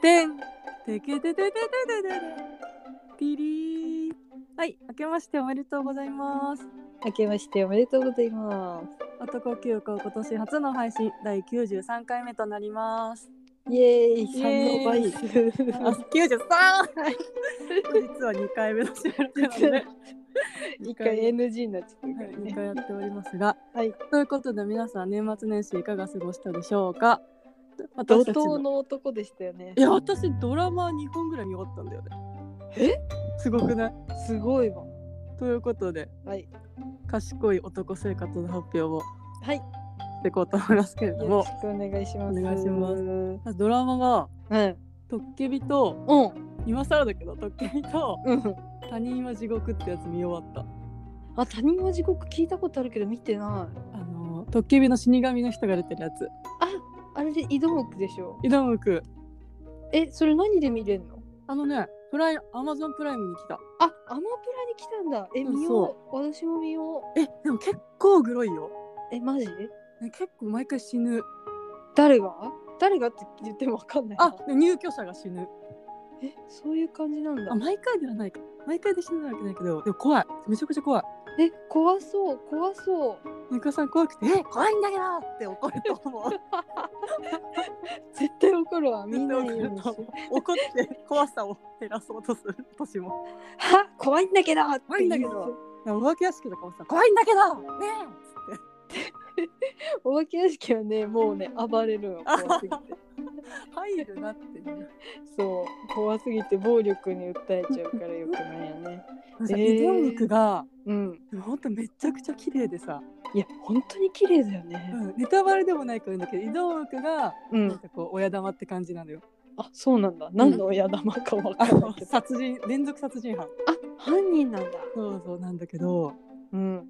てんてけてててててててピリーはい明けましておめでとうございます明けましておめでとうございます。男急行今年初の配信第93回目となりますイエーイ、イエーイ三のあ倍。93実は2回目の収録なので一回 NG になっちゃったはかいら2ね。回やっておりますがはい、ということで皆さん年末年始いかが過ごしたでしょうか怒私たち涛のの男でしたよねい。や私ドラマ2本ぐらい見終わったんだよねえすごくないすごいわ。ということではい、賢い男生活の発表をはい、していこうと思いますけれどよろもしくお願いします。お願いしますうん、まずドラマがうん、 「トッケビ」と今更だけど「トッケビ」とうん。 「他人は地獄」ってやつ見終わったあ、他人は地獄聞いたことあるけど、見てない。あのトッケビの死神の人が出てるやつあれで井戸目でしょイダムクえ、それ何で見れるの。あのねプライアマゾンプライムに来たあ、アマプラに来たんだ。え、見よう。私も見よう。えでも結構グロいよ、え、マジ。ね、結構毎回死ぬ誰が。誰がって言ってもわかんないな。あで入居者が死ぬえ、そういう感じなんだあ。毎回ではないか毎回で死ぬわけないけどでも怖いめちゃくちゃ怖いえ、怖そう、怖そう。ゆかさん怖くて「え怖いんだけど!」って怒ると思う絶対怒るわ。みんなに言うし。怒って怖さを減らそうとする年もは、怖いんだけど。怖いんだけど。お化け屋敷とかもさ怖いんだけどねえっつってお化け屋敷はね、もう ね、暴れるの。怖すぎて。入るなってねそう、怖すぎて暴力に訴えちゃうからよくないよね。さえーイデオ肉がうん。ほんとめちゃくちゃ綺麗でさ、いや、本当に綺麗だようね。ん、ネタバレでもないからいいんだけどイデオ肉がうなんん。かこう親玉って感じなのよ、 あ、そうなんだ。何の親玉かわかあんないのけど。 あ、殺人連続殺人犯犯人なんだ。そうそうなんだけどうん。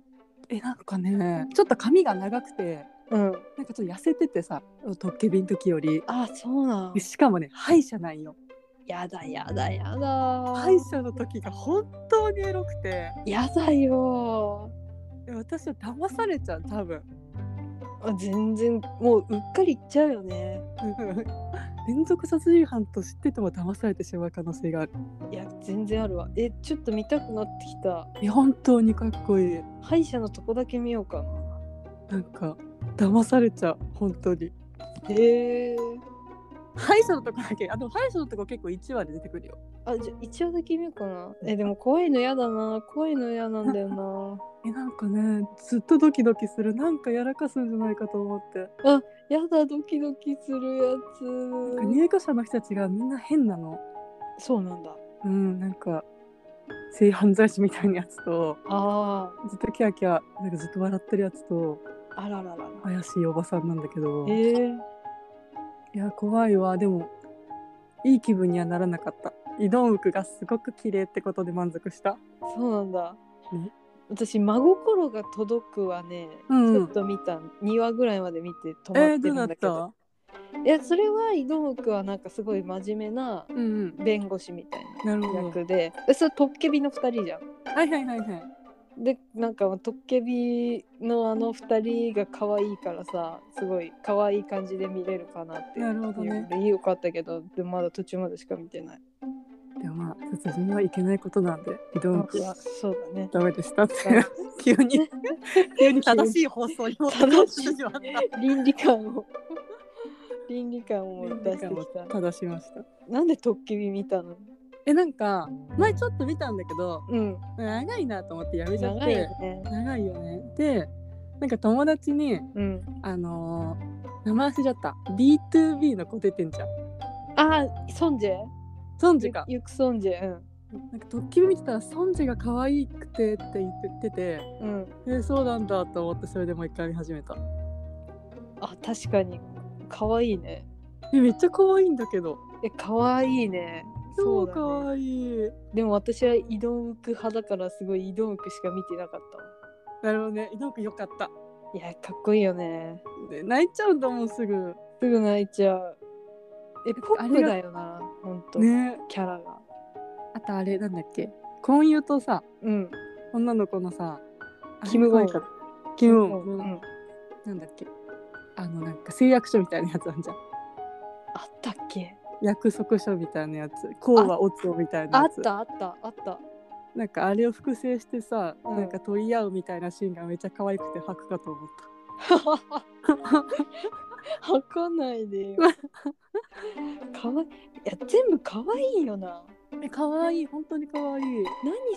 えなんかねちょっと髪が長くてうん。なんかちょっと痩せててさトッケビの時よりあ、そうなんで。しかもね歯医者なんよやだやだやだ。歯医者の時が本当にエロくてやだよ。で私は騙されちゃう多分あ全然もううっかりいっちゃうよね 連続殺人犯と知ってても騙されてしまう可能性があるいや全然あるわえちょっと見たくなってきたいや本当にかっこいい歯医者のとこだけ見ようかななんか騙されちゃう本当にへえ歯医者のとこだけあでも歯医者のとこ結構1話で出てくるよあじゃあ一話だけ見ようかなえでも怖いの嫌だな怖いの嫌なんだよ なえなんかねずっとドキドキするなんかやらかすんじゃないかと思ってやだドキドキするやなんかつ入居者の人たちがみんな変なのそうなんだうんなんか性犯罪者みたいなやつとあーずっとキャーキャーなんかずっと笑ってるやつとあらららら怪しいおばさんなんだけどへえいや怖いわでもいい気分にはならなかった移動服がすごく綺麗ってことで満足したそうなんだね私「真心が届く」はね、うんちょっと見た2話ぐらいまで見て止まえっー、てどうるだんっだけど、たいやそれは井戸奥はなんかすごい真面目なうんうん弁護士みたいなるほなど役で、えそれトッケビの2人じゃん。はいはいはいはいでなんかトッケビのあの2人が可愛いからさすごい可愛い感じで見れるかなってなるほどねいうのでよかったけどでもまだ途中までしか見てない。でもまあ殺人はいけないことなんで移動服はそうだね。 ダメでしたって急に急に 正しい放送に戻してしまった倫理観を倫理観を出してきた。正しましたなんでトッケビ見たのえなんか前ちょっと見たんだけどうん長いなと思ってやめちゃって長いよね。長いよねでなんか友達にうん、あのー名前忘れちゃった B2B の子出てんじゃんあーソンジェソンジかゆゆくソンジェ。うんなんか突起見てたらソンジが可愛くてって言っててうんえーそうなんだと思ってそれでもう一回見始めたあ確かに可愛いねえめっちゃ可愛いんだけどえ可愛いねそそううだ可ね愛いでも私は移動服派だからすごい移動服しか見てなかっなるほどねなんかよかったたいやかっこいいよねで泣いちゃうんだもんすぐすぐ泣いちゃうえポあッれプがだよなほんと、ねキャラがあとあれなんだっけ婚友とさうん女の子のさキムゴンあれ可愛かったキムゴン、ううんん、なんだっけあのなんか誓約書みたいなやつあんじゃんあったっけ約束書みたいなやつこうはオツをみたいなあやっつたあったあったなんかあれを複製してさ、うんなんか取り合うみたいなシーンがめっちゃ可愛くて吐くかと思っ吐かない でよかわいいや全部可愛いよなた。可愛い本当に可愛い。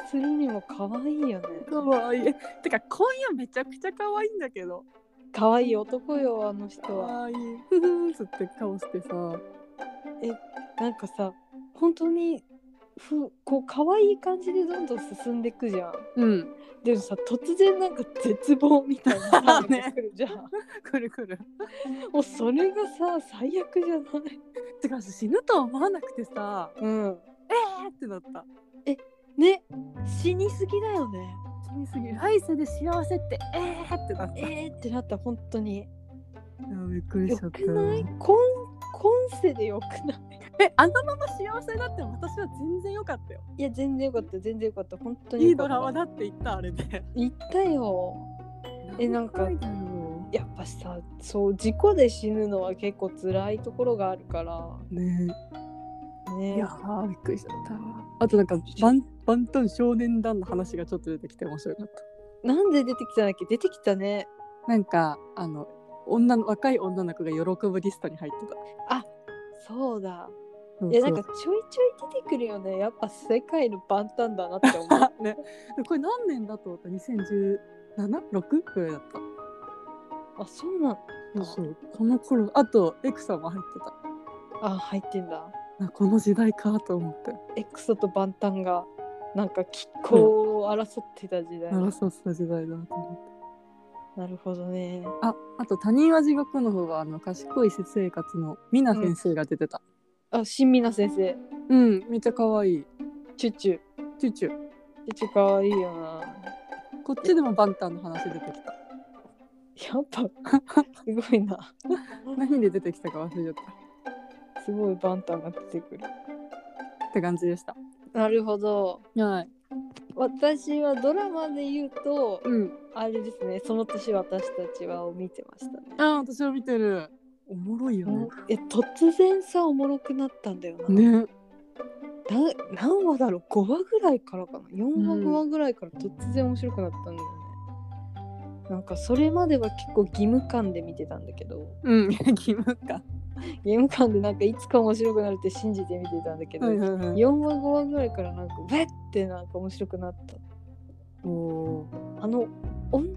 何するにも可愛いよね可愛い。てか今夜めちゃくちゃ可愛いんだけど。可愛い男よあの人は可愛い。ふふんつって顔してさ。なんかさ本当にふこう可愛い感じでどんどん進んでくじゃんうん。でもさ突然なんか絶望みたいなのがね来るじゃん、くるくる。もうそれがさ最悪じゃないてか死ぬとは思わなくてさ。うんえーってなった。ね死にすぎだよね死にすぎる。来世で幸せってえーってなった。えーってなった本当にびっくりよしちゃった。くない今今世でよくないえあのまま幸せだって私は全然良かったよ。いや全然よかった全然よかった本当にいいよかドったラマだって言ったあれで。言ったよえなんか何回だよやっぱさそう事故で死ぬのは結構辛いところがあるからねねいやーびっくりしちゃったあとなんかバンバントン少年団の話がちょっと出てきて面白かったなんで出てきたんだっけ出てきたねなんかあの女の若い女の子が喜ぶリストに入ってたそうだそういやなそうんかちょいちょい出てくるよねやっぱ世界の万端だなって 思うねこれ何年だと思った 2017?6? くらいだったあそうなんそうそうこの頃あとエクサも入ってたあ入ってんだあこの時代かと思ってエクソと万端がなんか拮抗を争ってた時代、争ってた時代だなと思ってなるほどねああと「他人は地獄」の方があの賢い私生活のミナ先生が出てたあ新美奈先生うん、めっちゃ可愛いチュチュチュチュチュチュかわいいよなこっちでもバンタンの話出てきた やっぱすごいな何で出てきたか忘れちゃっすごい万端が出てくるたって感じでしたなるほどはい私はドラマで言うとうんあれですねその年私たちはを見てましたねあ私を見てるおもろいよねえ突然さおもろくなったんだよな、ねだ何話だろう5話ぐらいからかな4話うん5話ぐらいから突然面白くなったんだよね、なんかそれまでは結構義務感で見てたんだけどうん 義務感義務感でなんかいつか面白くなるって信じて見てたんだけど、うん4話5話ぐらいからなんかウェッってなんか面白くなったおーあのおん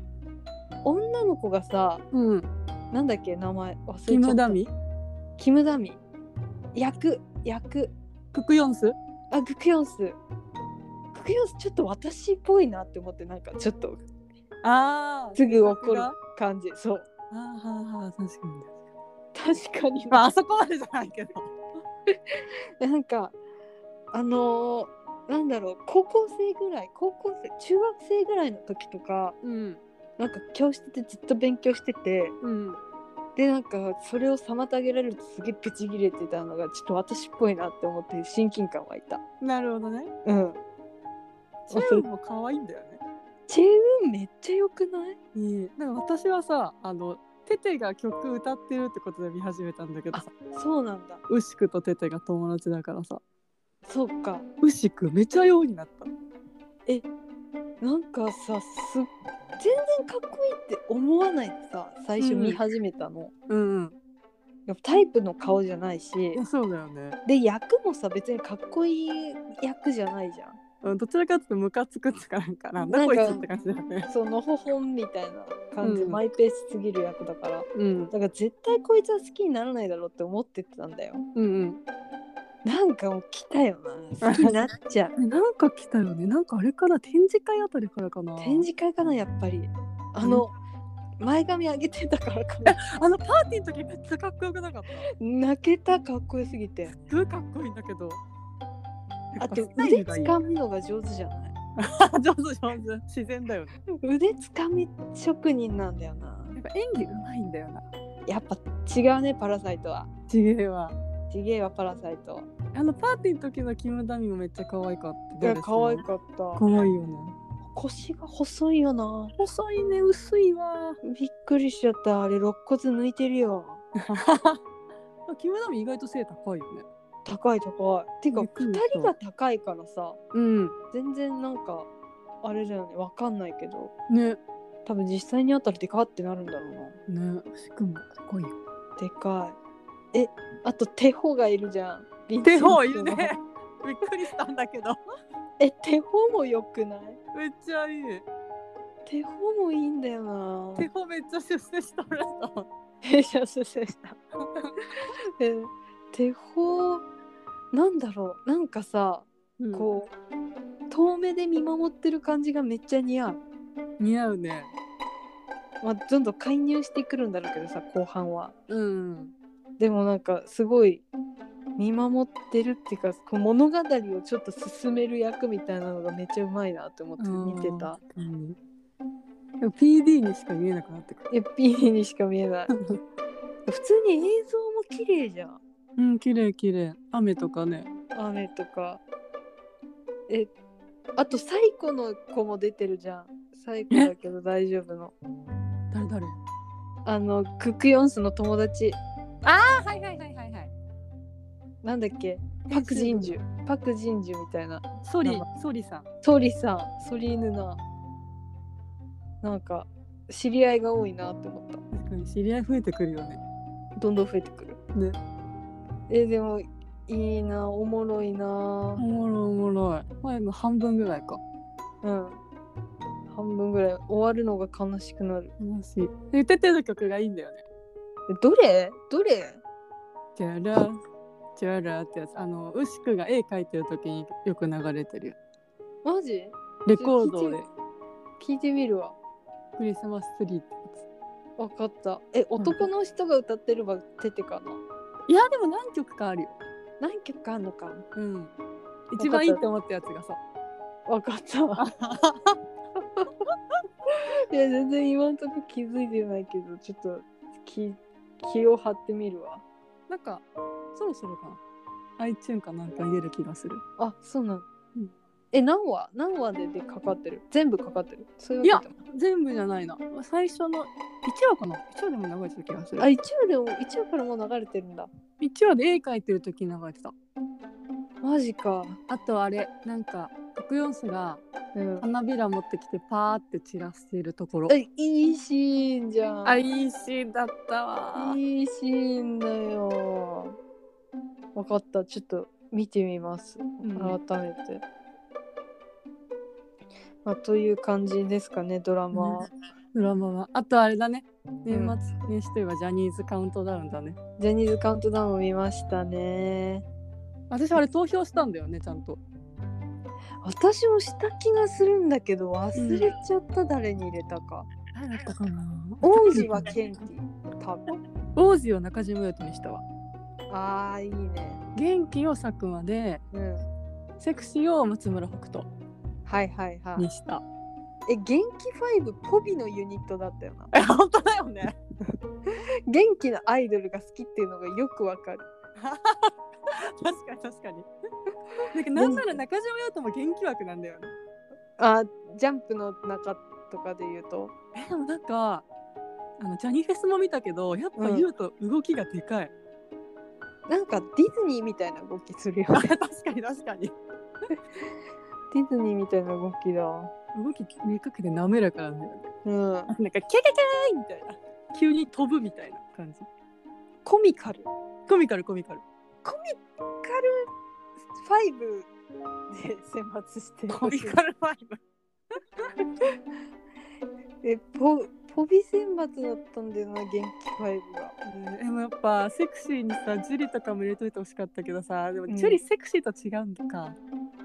女の子がさうんなんだっけ名前忘れちゃったキムダミキムダミ役役ククヨンスあグクヨンスグクヨンスちょっと私っぽいなって思ってなんかちょっとあーすぐ怒るあ感じそうーはーはー確かに確かにまああそこまでじゃないけどなんかあのーなんだろう高校生ぐらい高校生中学生ぐらいの時とかうんなんか教室でずっと勉強しててうんでなんかそれを妨げられるとすげえブチギレてたのがちょっと私っぽいなって思って親近感湧いたなるほどねうんチェーンも可愛いんだよねチェウンめっちゃ良くないいいなんか私はさあのテテが曲歌ってるってことで見始めたんだけどさそうなんだウシクとテテが友達だからさそうかウシクめちゃようになったなんかさす全然かっこいいって思わないでさ最初見始めたの、うん、うん、やっぱタイプの顔じゃないしいやそうだよね、で役もさ別にかっこいい役じゃないじゃうん、どちらかというとムカつくっていうかなんかなんなだんこかいつって感じだよねんそのほほんみたいな感じ、うんマイペースすぎる役だからうんだから絶対こいつは好きにならないだろうって思ってたんだようんなんかもう来たよな好きになっち ゃううんなんか来たよねなんかあれかな展示会あたりからかな展示会かなやっぱりあの、前髪上げてたからかなあのパーティーの時めっちゃかっこよくなかった泣けたかっこよすぎてすごいかっこいいんだけどやっあぱとスタイ腕ルがいい掴むのが上手じゃない 上手上手自然だよね腕掴み職人なんだよなやっぱ演技うまいんだよなやっぱ違うねパラサイトはちげえわちげえわパラサイトあのパーティーの時のキムダミもめっちゃ可愛かったいや可愛っかった可愛いよね腰が細いよな細いね薄いわびっくりしちゃったあれ肋骨抜いてるよキムダミ意外と背高いよね高い高いていうかびっくり2した人が高いからさうん全然なんかあれだよねわかんないけどね多分実際に会ったらでかってなるんだろうなねしかもでかいよでかいえあと手法がいるじゃんヴィンセ手ントの法いるねびっくりしたんだけどえ手法も良くないめっちゃいい手法もいいんだよな手法めっちゃ出世したらさ弊社出世した。 え手法なんだろうなんかさ、こう遠目で見守ってる感じがめっちゃ似合う。う似合うねまあ、どんどん介入してくるんだろうけどさ後半は。うんでもなんかすごい見守ってるっていうかこう物語をちょっと進める役みたいなのがめっちゃうまいなと思って見てた。うんでも PD にしか見えなくなってくるえピーにしか見えない。 普通に映像も綺麗じゃん。うん綺麗綺麗雨とかね雨とかえあとサイコの子も出てるじゃんサイコだけど大丈夫の誰誰あのクックヨンスの友達あはいはいはいはいはいなんだっけパク・ジンジュパク・ジンジュみたいなソ名リ前ソリさんソリさんソリーヌななんか知り合いが多いなって思っ確かに知り合い増えてくるよねたどんどん増えてくるねえでもいいなおもろいなおもろいおもろい前の半分ぐらいかうん半分ぐらい終わるのが悲しくなる楽しいでテテの曲がいいんだよねえどれどれチャラチャラってやつあのウシクが絵描いてる時によく流れてるよマジレコードで聞いてみるわクリスマスツリーってやわかったえ男の人が歌ってれば出てかなついやでも何曲かあるよ何曲かあんのかうん一番いいと思ったやつがさわかった いや全然今んとこ気づいてないけどちょっと気気を張ってみるわなんかそろそろかな iTune かなんか入れる気がするあそうなの、うんえ何話何話ででかかってる全部かかってるそういうわけでも全部じゃないな最初の1話かな1話でも流れてた気がするあ1話でも1話からもう流れてるんだ1話で絵描いてる時に流れてたマジかあとあれなんか特四スがうん花びら持ってきてパーって散らしてるところえいいシーンじゃんあいいシーンだったわいいシーンだよ。わかった、ちょっと見てみます。うん改めて。まあ、という感じですかね、ドラマ。ドラマはあとあれだね年末年始といえばジャニーズカウントダウンだね、ジャニーズカウントダウンを見ましたね。私あれ投票したんだよねちゃんと私もした気がするんだけど、忘れちゃった、誰に入れたか。誰だったかな王子はケンティ、多分。 王子を中島優斗にしたわああ、いいね。元気を佐久間でうん。セクシーを松村北斗はいはいはにい。したえ、元気ファイブポビのユニットだったよな。え本当だよね 元気なアイドルが好きっていうのがよくわかる。確かに確かに なんかなんなら中島優斗も元気枠なんだよねあジャンプの中とかで言うとえでもなんかあのジャニフェスも見たけどやっぱうん優斗動きがでかい、なんかディズニーみたいな動きするよ あ 確かに確かにディズニーみたいな動きだ動き明確で滑らかなんだよねう んなんかキャキャキャーみたいな急に飛ぶみたいな感じコミカルコミカルコミカルコミカル5で選抜してコミカルファイブえポポビ選抜だったんだよな元気5がうんでもやっぱセクシーにさジュリとかも入れといてほしかったけどさでもうんジュリセクシーと違うんだか、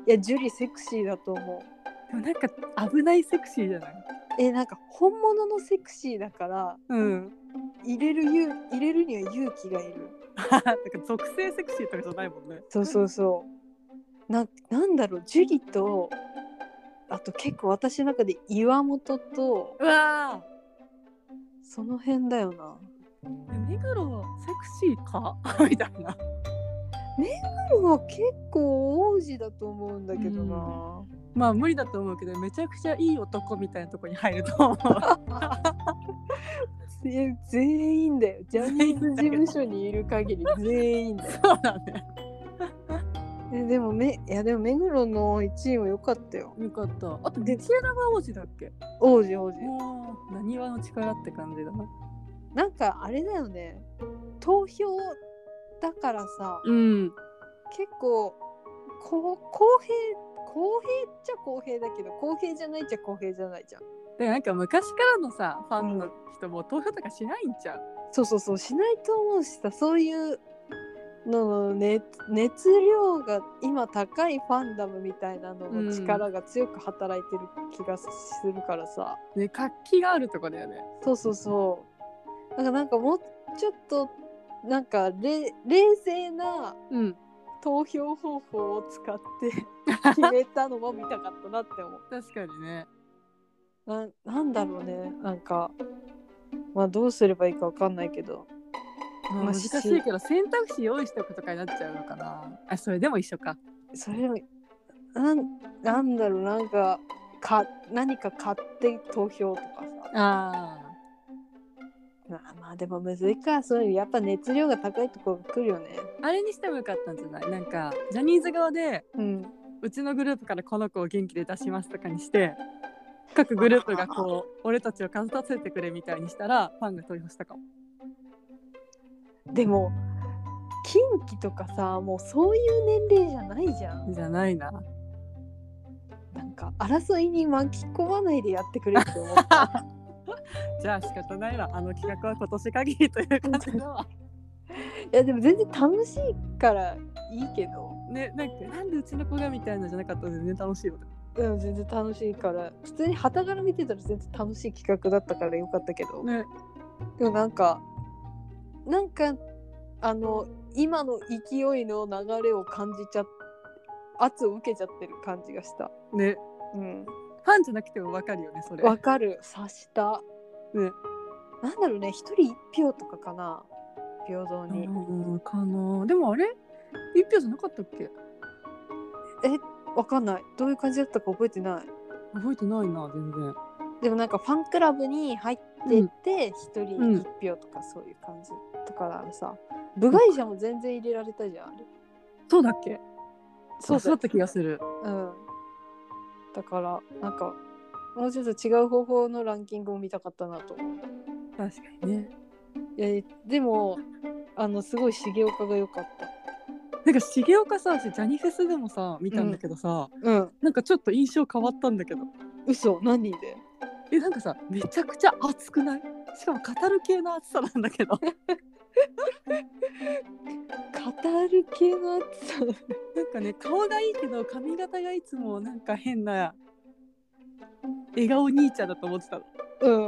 いやジュリセクシーだと思うでもなんか危ないセクシーじゃないえなんか本物のセクシーだからうん 入れる勇入れるには勇気がいるなんか属性セクシーとかじゃないもんねそうそうそう。ななんだろうジュリとあと結構私の中で岩本とうわその辺だよな。ー目黒セクシーか みたいな黒は結構王子だと思うんだけどな。まあ無理だと思うけどめちゃくちゃいい男みたいなとこに入ると思う え全員だよ。ジャニーズ事務所にいる限り全員だよ。そうだねえでもめいやでも目黒の1位は良かったよよかったあと激エラが王子だっけ王子王子もう何話の力って感じだななんかあれだよね投票だからさうん結構こう公平公平っちゃ公平だけど公平じゃないっちゃ公平じゃないじゃんでなんか昔からのさファンの人も投票とかしないんちゃうそうそうそうしないと思うしさそういうのの熱熱量が今高いファンダムみたいなのの力が強く働いてる気がするからさ、ね活気があるとこだよねそうそうそうなんかなんかもうちょっとなんかれ冷静なうん投票方法を使って 決めたのも見たかったなって思う確かにねななんだろうねなんかまあどうすればいいかわかんないけどまあま難あしいけど選択肢用意しておくとかになっちゃうのかなあそれでも一緒かそれをなんなんだろうなんかか何か買って投票とかさああまあまあでもむずいかそういうやっぱ熱量が高いとこ来るよねあれにしてもよかったんじゃないなんかジャニーズ側でうんうちのグループからこの子を元気で出しますとかにして各グループがこう俺たちを勝たせてくれみたいにしたらファンが投票したかもでも近畿とかさもうそういう年齢じゃないじゃんじゃないななんか争いに巻き込まないでやってくれって思った じゃあ仕方ないわあの企画は今年限りという感じだわいやでも全然楽しいからいいけどねなんかなんでうちの子がみたいなのじゃなかったら全然楽しいよねうん全然楽しいから普通に傍から見てたら全然楽しい企画だったからよかったけど、ねでもなんかなんかあの今の勢いの流れを感じちゃ圧を受けちゃってる感じがした。ねうん、ファンじゃなくても分かるよねそれわかる察した。ねなんだろうね一人一票とかかな平等に。うんかなでもあれ一票じゃなかったっけわかんないどういう感じだったか覚えてない。覚えてないな全然でもなんかファンクラブに入ってて一人一票とかそういう感じとかだからさ部外者も全然入れられたじゃんあれ。そうだっけそうだそうよだった気がするうん、だからなんかもうちょっと違う方法のランキングを見たかったなと思う確かにねいやでもあのすごい重岡が良かったなんか重岡さ私ジャニフェスでもさ見たんだけどさ、うんなんかちょっと印象変わったんだけど嘘何でえなんかさめちゃくちゃ熱くないしかも語る系の熱さなんだけど語る系のやつなんかね顔がいいけど髪型がいつもなんか変な笑顔兄ちゃんだと思ってたの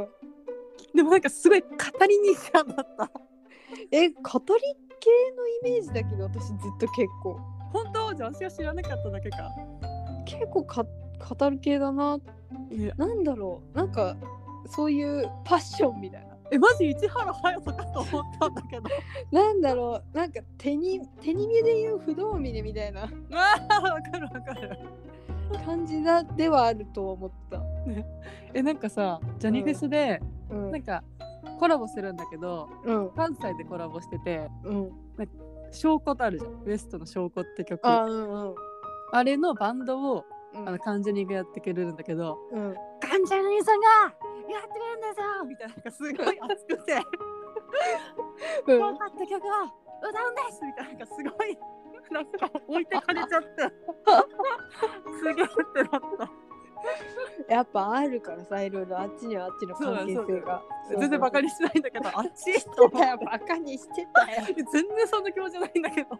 うんでもなんかすごい語り兄ちゃんだったえ語り系のイメージだけど私ずっと結構本当じゃあ私が知らなかっただけか結構か語る系だななんだろうなんかそういうパッションみたいなえマジ市原隼人かと思ったんだけど なんだろうなんか手に手に目で言う不動峰みたいなああわかるわかる感じだではあると思った。えなんかさジャニフェスでうんなんかコラボするんだけどうん関西でコラボしててうん。 「証拠」ってあるじゃんウエストの「証拠」って曲ああうんうん。れのバンドをうあのん関ジャニがやってくれるんだけどうん。 「関ジャニさんがやってくれるんですよ!」みたいななんかすごい熱くて「うよんかった曲を歌うんです!」みたいななんかすごいなんか置いてかれちゃってすげえってなった。やっぱあるからさ、いろいろあっちにはあっちの関係性が。そう全然バカにしてないんだけど、あっちとしてたよ、バカにしてたよ。全然そんな気持ちじゃないんだけど。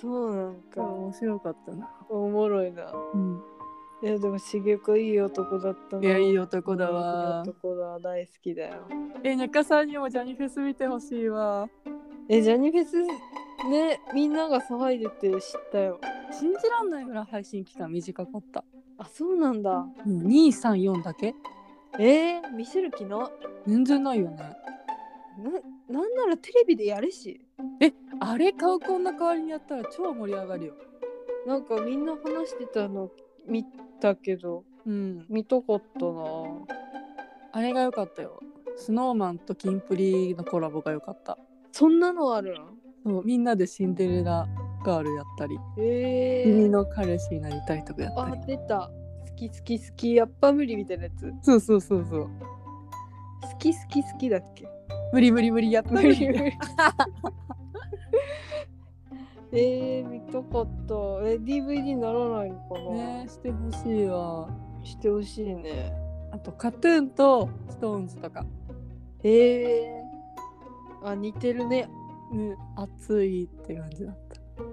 そうなんか、白かったな。おもろいな。いや、でも、重岡いい男だったな。いや、いい男だいわい。男だ、大好きだよ。え、中さんにもジャニフェス見てほしいわ。え、ジャニフェス、ね、みんなが騒いでて知ったよ。信じらんないぐらい配信期間短かった。あ、そうなんだ。うん、2、3、4だけえー、見せる気な。全然ないよね。な、なんならテレビでやるし。あれ、顔こんな代わりにやったら超盛り上がるよ。なんかみんな話してたの見たけどうん。見たかったなあれが良かったよ。スノーマンとキンプリのコラボが良かった。そんなのあるのそうみんなでシンデレラガールやったりえ君ー、の彼氏になりたいとかやったあり出た好き好き好きやっぱ無理みたいなやつそうそうそうそう好き好き好きだっけ無理無理無理やった無理り無理えー、見たかったえ DVD にならないのかな、ねしてほしいわしてほしいねあとカトゥーンとストーンズとかえー、あ似てるねね熱いって感じだった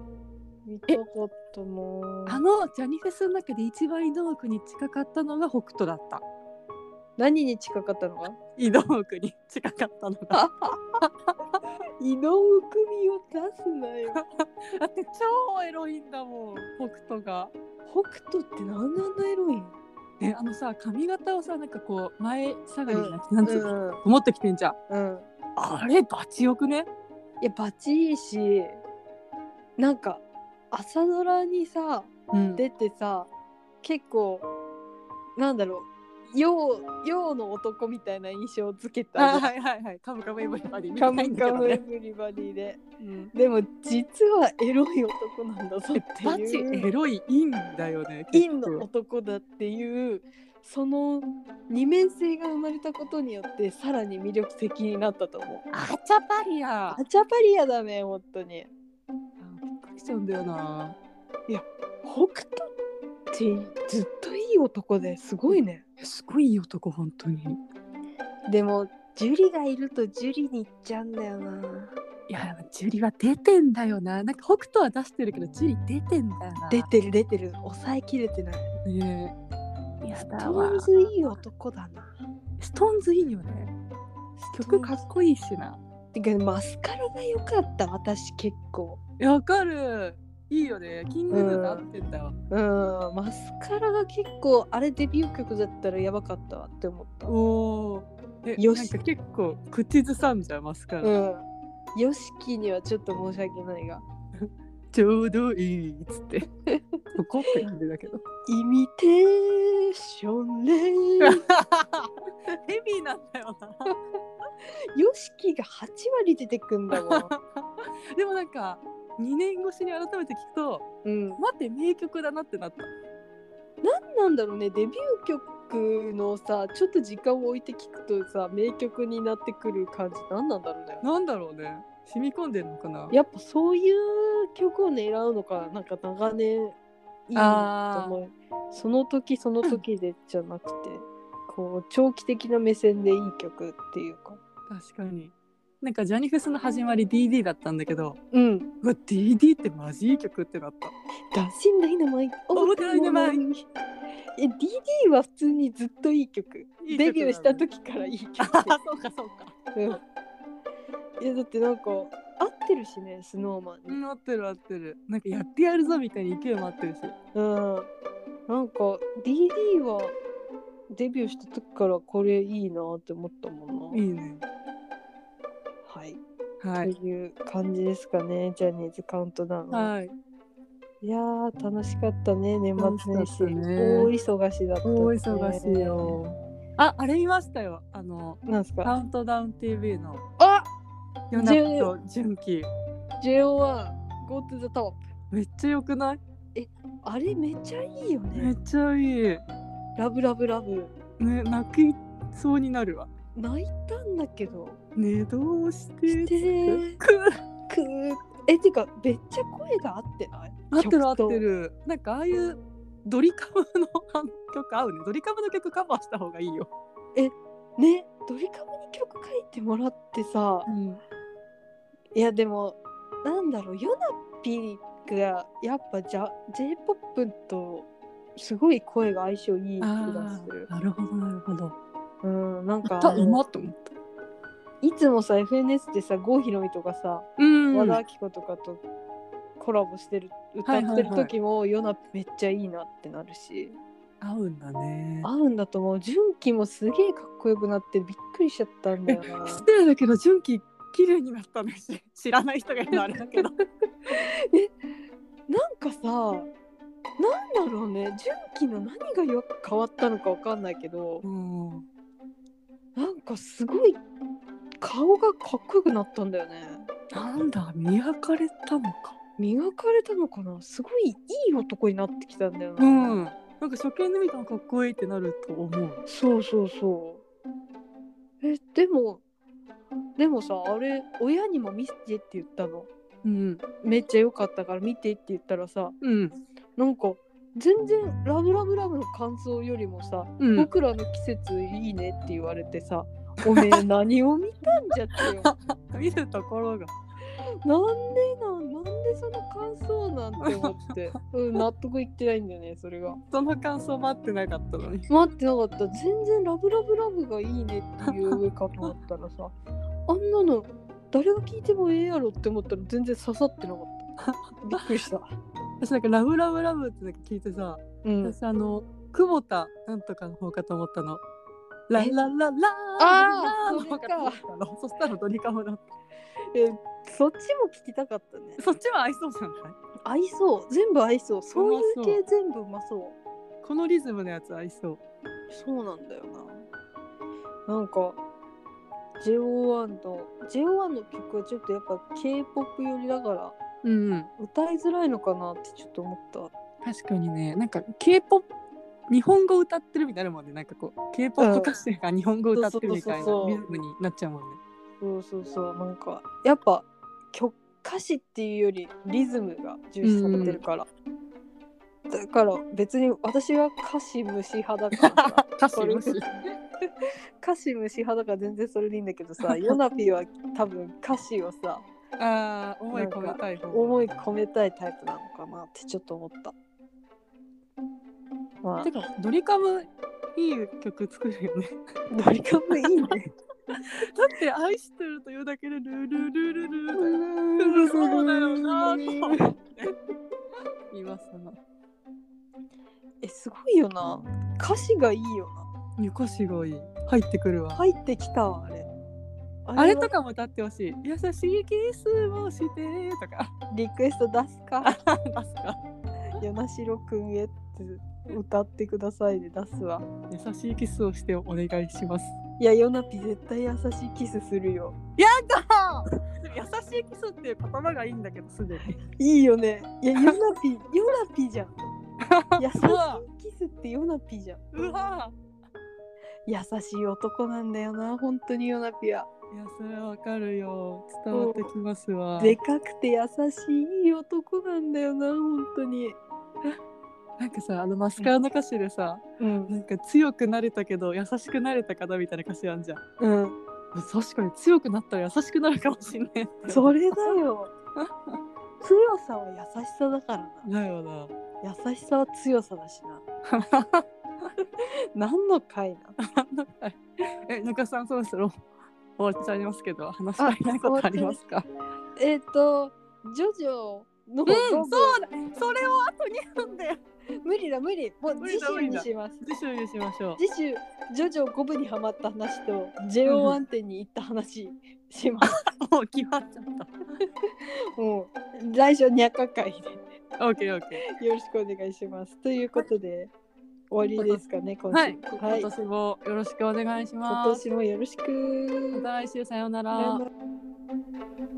見たかったなぁあのジャニフェスの中で一番井戸奥に近かったのが北斗だった何に近かったのか井戸奥に近かったのが井の組を出すなよだって超エロいんだもん北斗が。 北斗ってなんであんなエロいんね、あのさ髪型をさなんかこう前下がりになって、うなんつうの、ん持ってきてんじゃんうんあれバチよくねいやバチいいしなんか朝ドラにさうん出てさ結構なんだろう洋洋の男みたいな印象をつけたあじゃん はいはいはいカムカムエヴリバディカムカムね、エブリバディでうん、でも実はエロい男なんだぞってバチいうエロいインだよね陰の男だっていうその二面性が生まれたことによってさらに魅力的になったと思うアチャパリアアチャパリアだね本当にびっくりしちゃうんだよな北斗ってずっといい男ですごいねえすごいいい男本当にでもジュリがいるとジュリに行っちゃうんだよないやジュリは出てんだよななんか北斗は出してるけどジュリ出てんだよな出てる出てる抑えきれてないねえやスだトわーンズいい男だなストーンズいいよね曲かっこいいしなてかマスカラが良かった私結構いやわかるいいよねキングヌーが合ってんだわ、うんマスカラが結構あれデビュー曲だったらやばかったわって思ったおおえよなんしか結構口ずさんじゃいますから、うんよしきにはちょっと申し訳ないがちょうどいいっつって そこって感じだけ どイミテーションレ イヘビーなんだよな よしきが8割出てくんだもんでもなんか2年越しに改めて聞くとうん待って名曲だなってなったなんだろうねデビュー曲のさちょっと時間を置いて聞くとさ名曲になってくる感じ何なんだろうねなんだろうね染み込んでるのかなやっぱそういう曲を狙うのかなんか長年いいとあー思うその時その時でじゃなくてこう長期的な目線でいい曲っていうか確かになんかジャニフェスの始まり DD だったんだけどうんうわ DD ってマジいい曲ってなった「ダンシンダイナマイト」踊るダイナマイトえ DD は普通にずっといい曲いい曲なデのビューした時からいい曲そうかそうか うんいやだってなんか合ってるしねスノーマンにうん、合ってる合ってる。なんかやってやるぞみたいに勢いもあってるし。うんなんか DD はデビューした時からこれいいなって思ったもんいないね。はい、はい。という感じですかねジャニーズカウントダウンは、はい。い、やー楽しかったね年末年始、楽しかったね大忙しだった、大ね、忙しいよ。あ、あれ見ましたよ。あの、なんすカかウントダウン TV のあヨナピと純喜。 JO1 Go to the top めっちゃ良くないあれめっちゃいいよめねっちゃいい。ラブラブラブね、泣きそうになるわ。泣いたんだけどね、どうしてしてくくーえてかめっちゃ声が合ってない合ってる合っ曲とてる。なんかああいうドリカムのあの曲合うね。ドリカムの曲カバーした方がいいよ。ねドリカムに曲書いてもらってさうん。いやでもなんだろうヨナピーがやっぱジャ j p o p とすごい声が相性いい気があするあ、なるほどなるほど。うんなんか歌うまっと思った。いつもさ FNS でさ郷ひろみとかさ、うん和田アキ子とかとコラボしてる歌ってる時も、ヨナピめっちゃいいなってなるし合うんだね合うんだと思う純喜もすげえかっこよくなってびっくりしちゃったんだよ な失礼だけど純喜綺麗になったのし 知らない人がいるのあれだけどなんかさなんだろうね純喜の何がよく変わったのかわかんないけど うんなんかすごい顔がかっこよくなったんだよねなんだ見破かれたのか磨かれたのかなすごいいい男になってきたんだうよな、んなんか初見で見たらかっこいいってなると思うそうそうそうえでもでもさあれ親にも見せてって言ったのうんめっちゃ良かったから見てって言ったらさうんなんか全然「ラブラブラブ」の感想よりもさう「ん僕らの季節いいね」って言われてさ「おめえ何を見たんじゃ」って よ見るところがなんでなんなんでその感想なんて思って、うん、納得いってないんだよねそれがその感想待ってなかったのに待ってなかった全然「ラブラブラブ」がいいねっていう上かと思ったらさあんなの誰が聞いてもええやろって思ったら全然刺さってなかっ たびっくりした、私なんか「ラブラブラブ」ってなんか聞いてさうん、私あの久保田なんとかの方かと思ったの。ララララーあーの方かと思ったの。そしたらドリカムだっえそっちも聞きたかったねた。そっちは合いそうじゃない合いそう全部合いそうそういううまそう系全部うまそうこのリズムのやつ合いそう。そうなんだよななんか JO1 の JO1 の曲はちょっとやっぱ k p o p 寄りだからうん。歌いづらいのかなってちょっと思った確かにね、なんか K-POP 日本語歌ってるみたいなもんね。なんかこう K-POP 歌手が日本語歌ってるみたいなそうそうそうリそうズムになっちゃうもんね。そうそうそうなんかやっぱ曲歌詞っていうよりリズムが重視されてるから、だから別に私は歌詞無視派だからさ 歌詞無視それ 歌詞無視派だから全然それでいいんだけどさヨナピーは多分歌詞をさああ、思い込めたい方。思い込めたいタイプなのかなってちょっと思った。まあて、かドリカムいい曲作るよね。ドリカムいいね。 だって愛してるというだけでルルルルルだよ。そうだよなと思って今更え、すごいよな。歌詞がいいよゆこしごい入ってくるな。わ、入ってきたわ、あれ。あれはとかも歌ってほしい優しいキスをしてとか。リクエスト出すか出すか与那城くんへって歌ってくださいで出すわ。優しいキスをしてお願いしますいや、ヨナピ絶対優しいキスするよ。でも優しいキスっていう言葉がいいんだけどすでにいいよね。いや、ヨナピ、ヨナピじゃん。優しいキスってヨナピじゃん。 うわ優しい男なんだよな本当にヨナピはいやそれわかるよ伝わってきますわでかくて優しい男なんだよな本当になんかさあのマスカラの歌詞でさうんなんか強くなれたけど優しくなれたかなみたいな歌詞あんじゃんうん確かに強くなったら優しくなるかもしんねえそれだ よ強さは優しさだからだよな な優しさは強さだしな何の回なえ中さんそろそろ 終わっちゃいますけど話したいないことありますかえっ、とジョジョうの、んそうだそれをあと2分で無理だ無理もう無理次だ週にします次週にしましょう次週ジョジョ5部にハマった話と JO1 店に行った話します もう決まっちゃっもう来週は200回でた OKOK よろしくお願いします。ということで、終わりですかね、今週。はいは今い、年もよろしくお願いし今ます年もよろしく。また来週さようなさようならら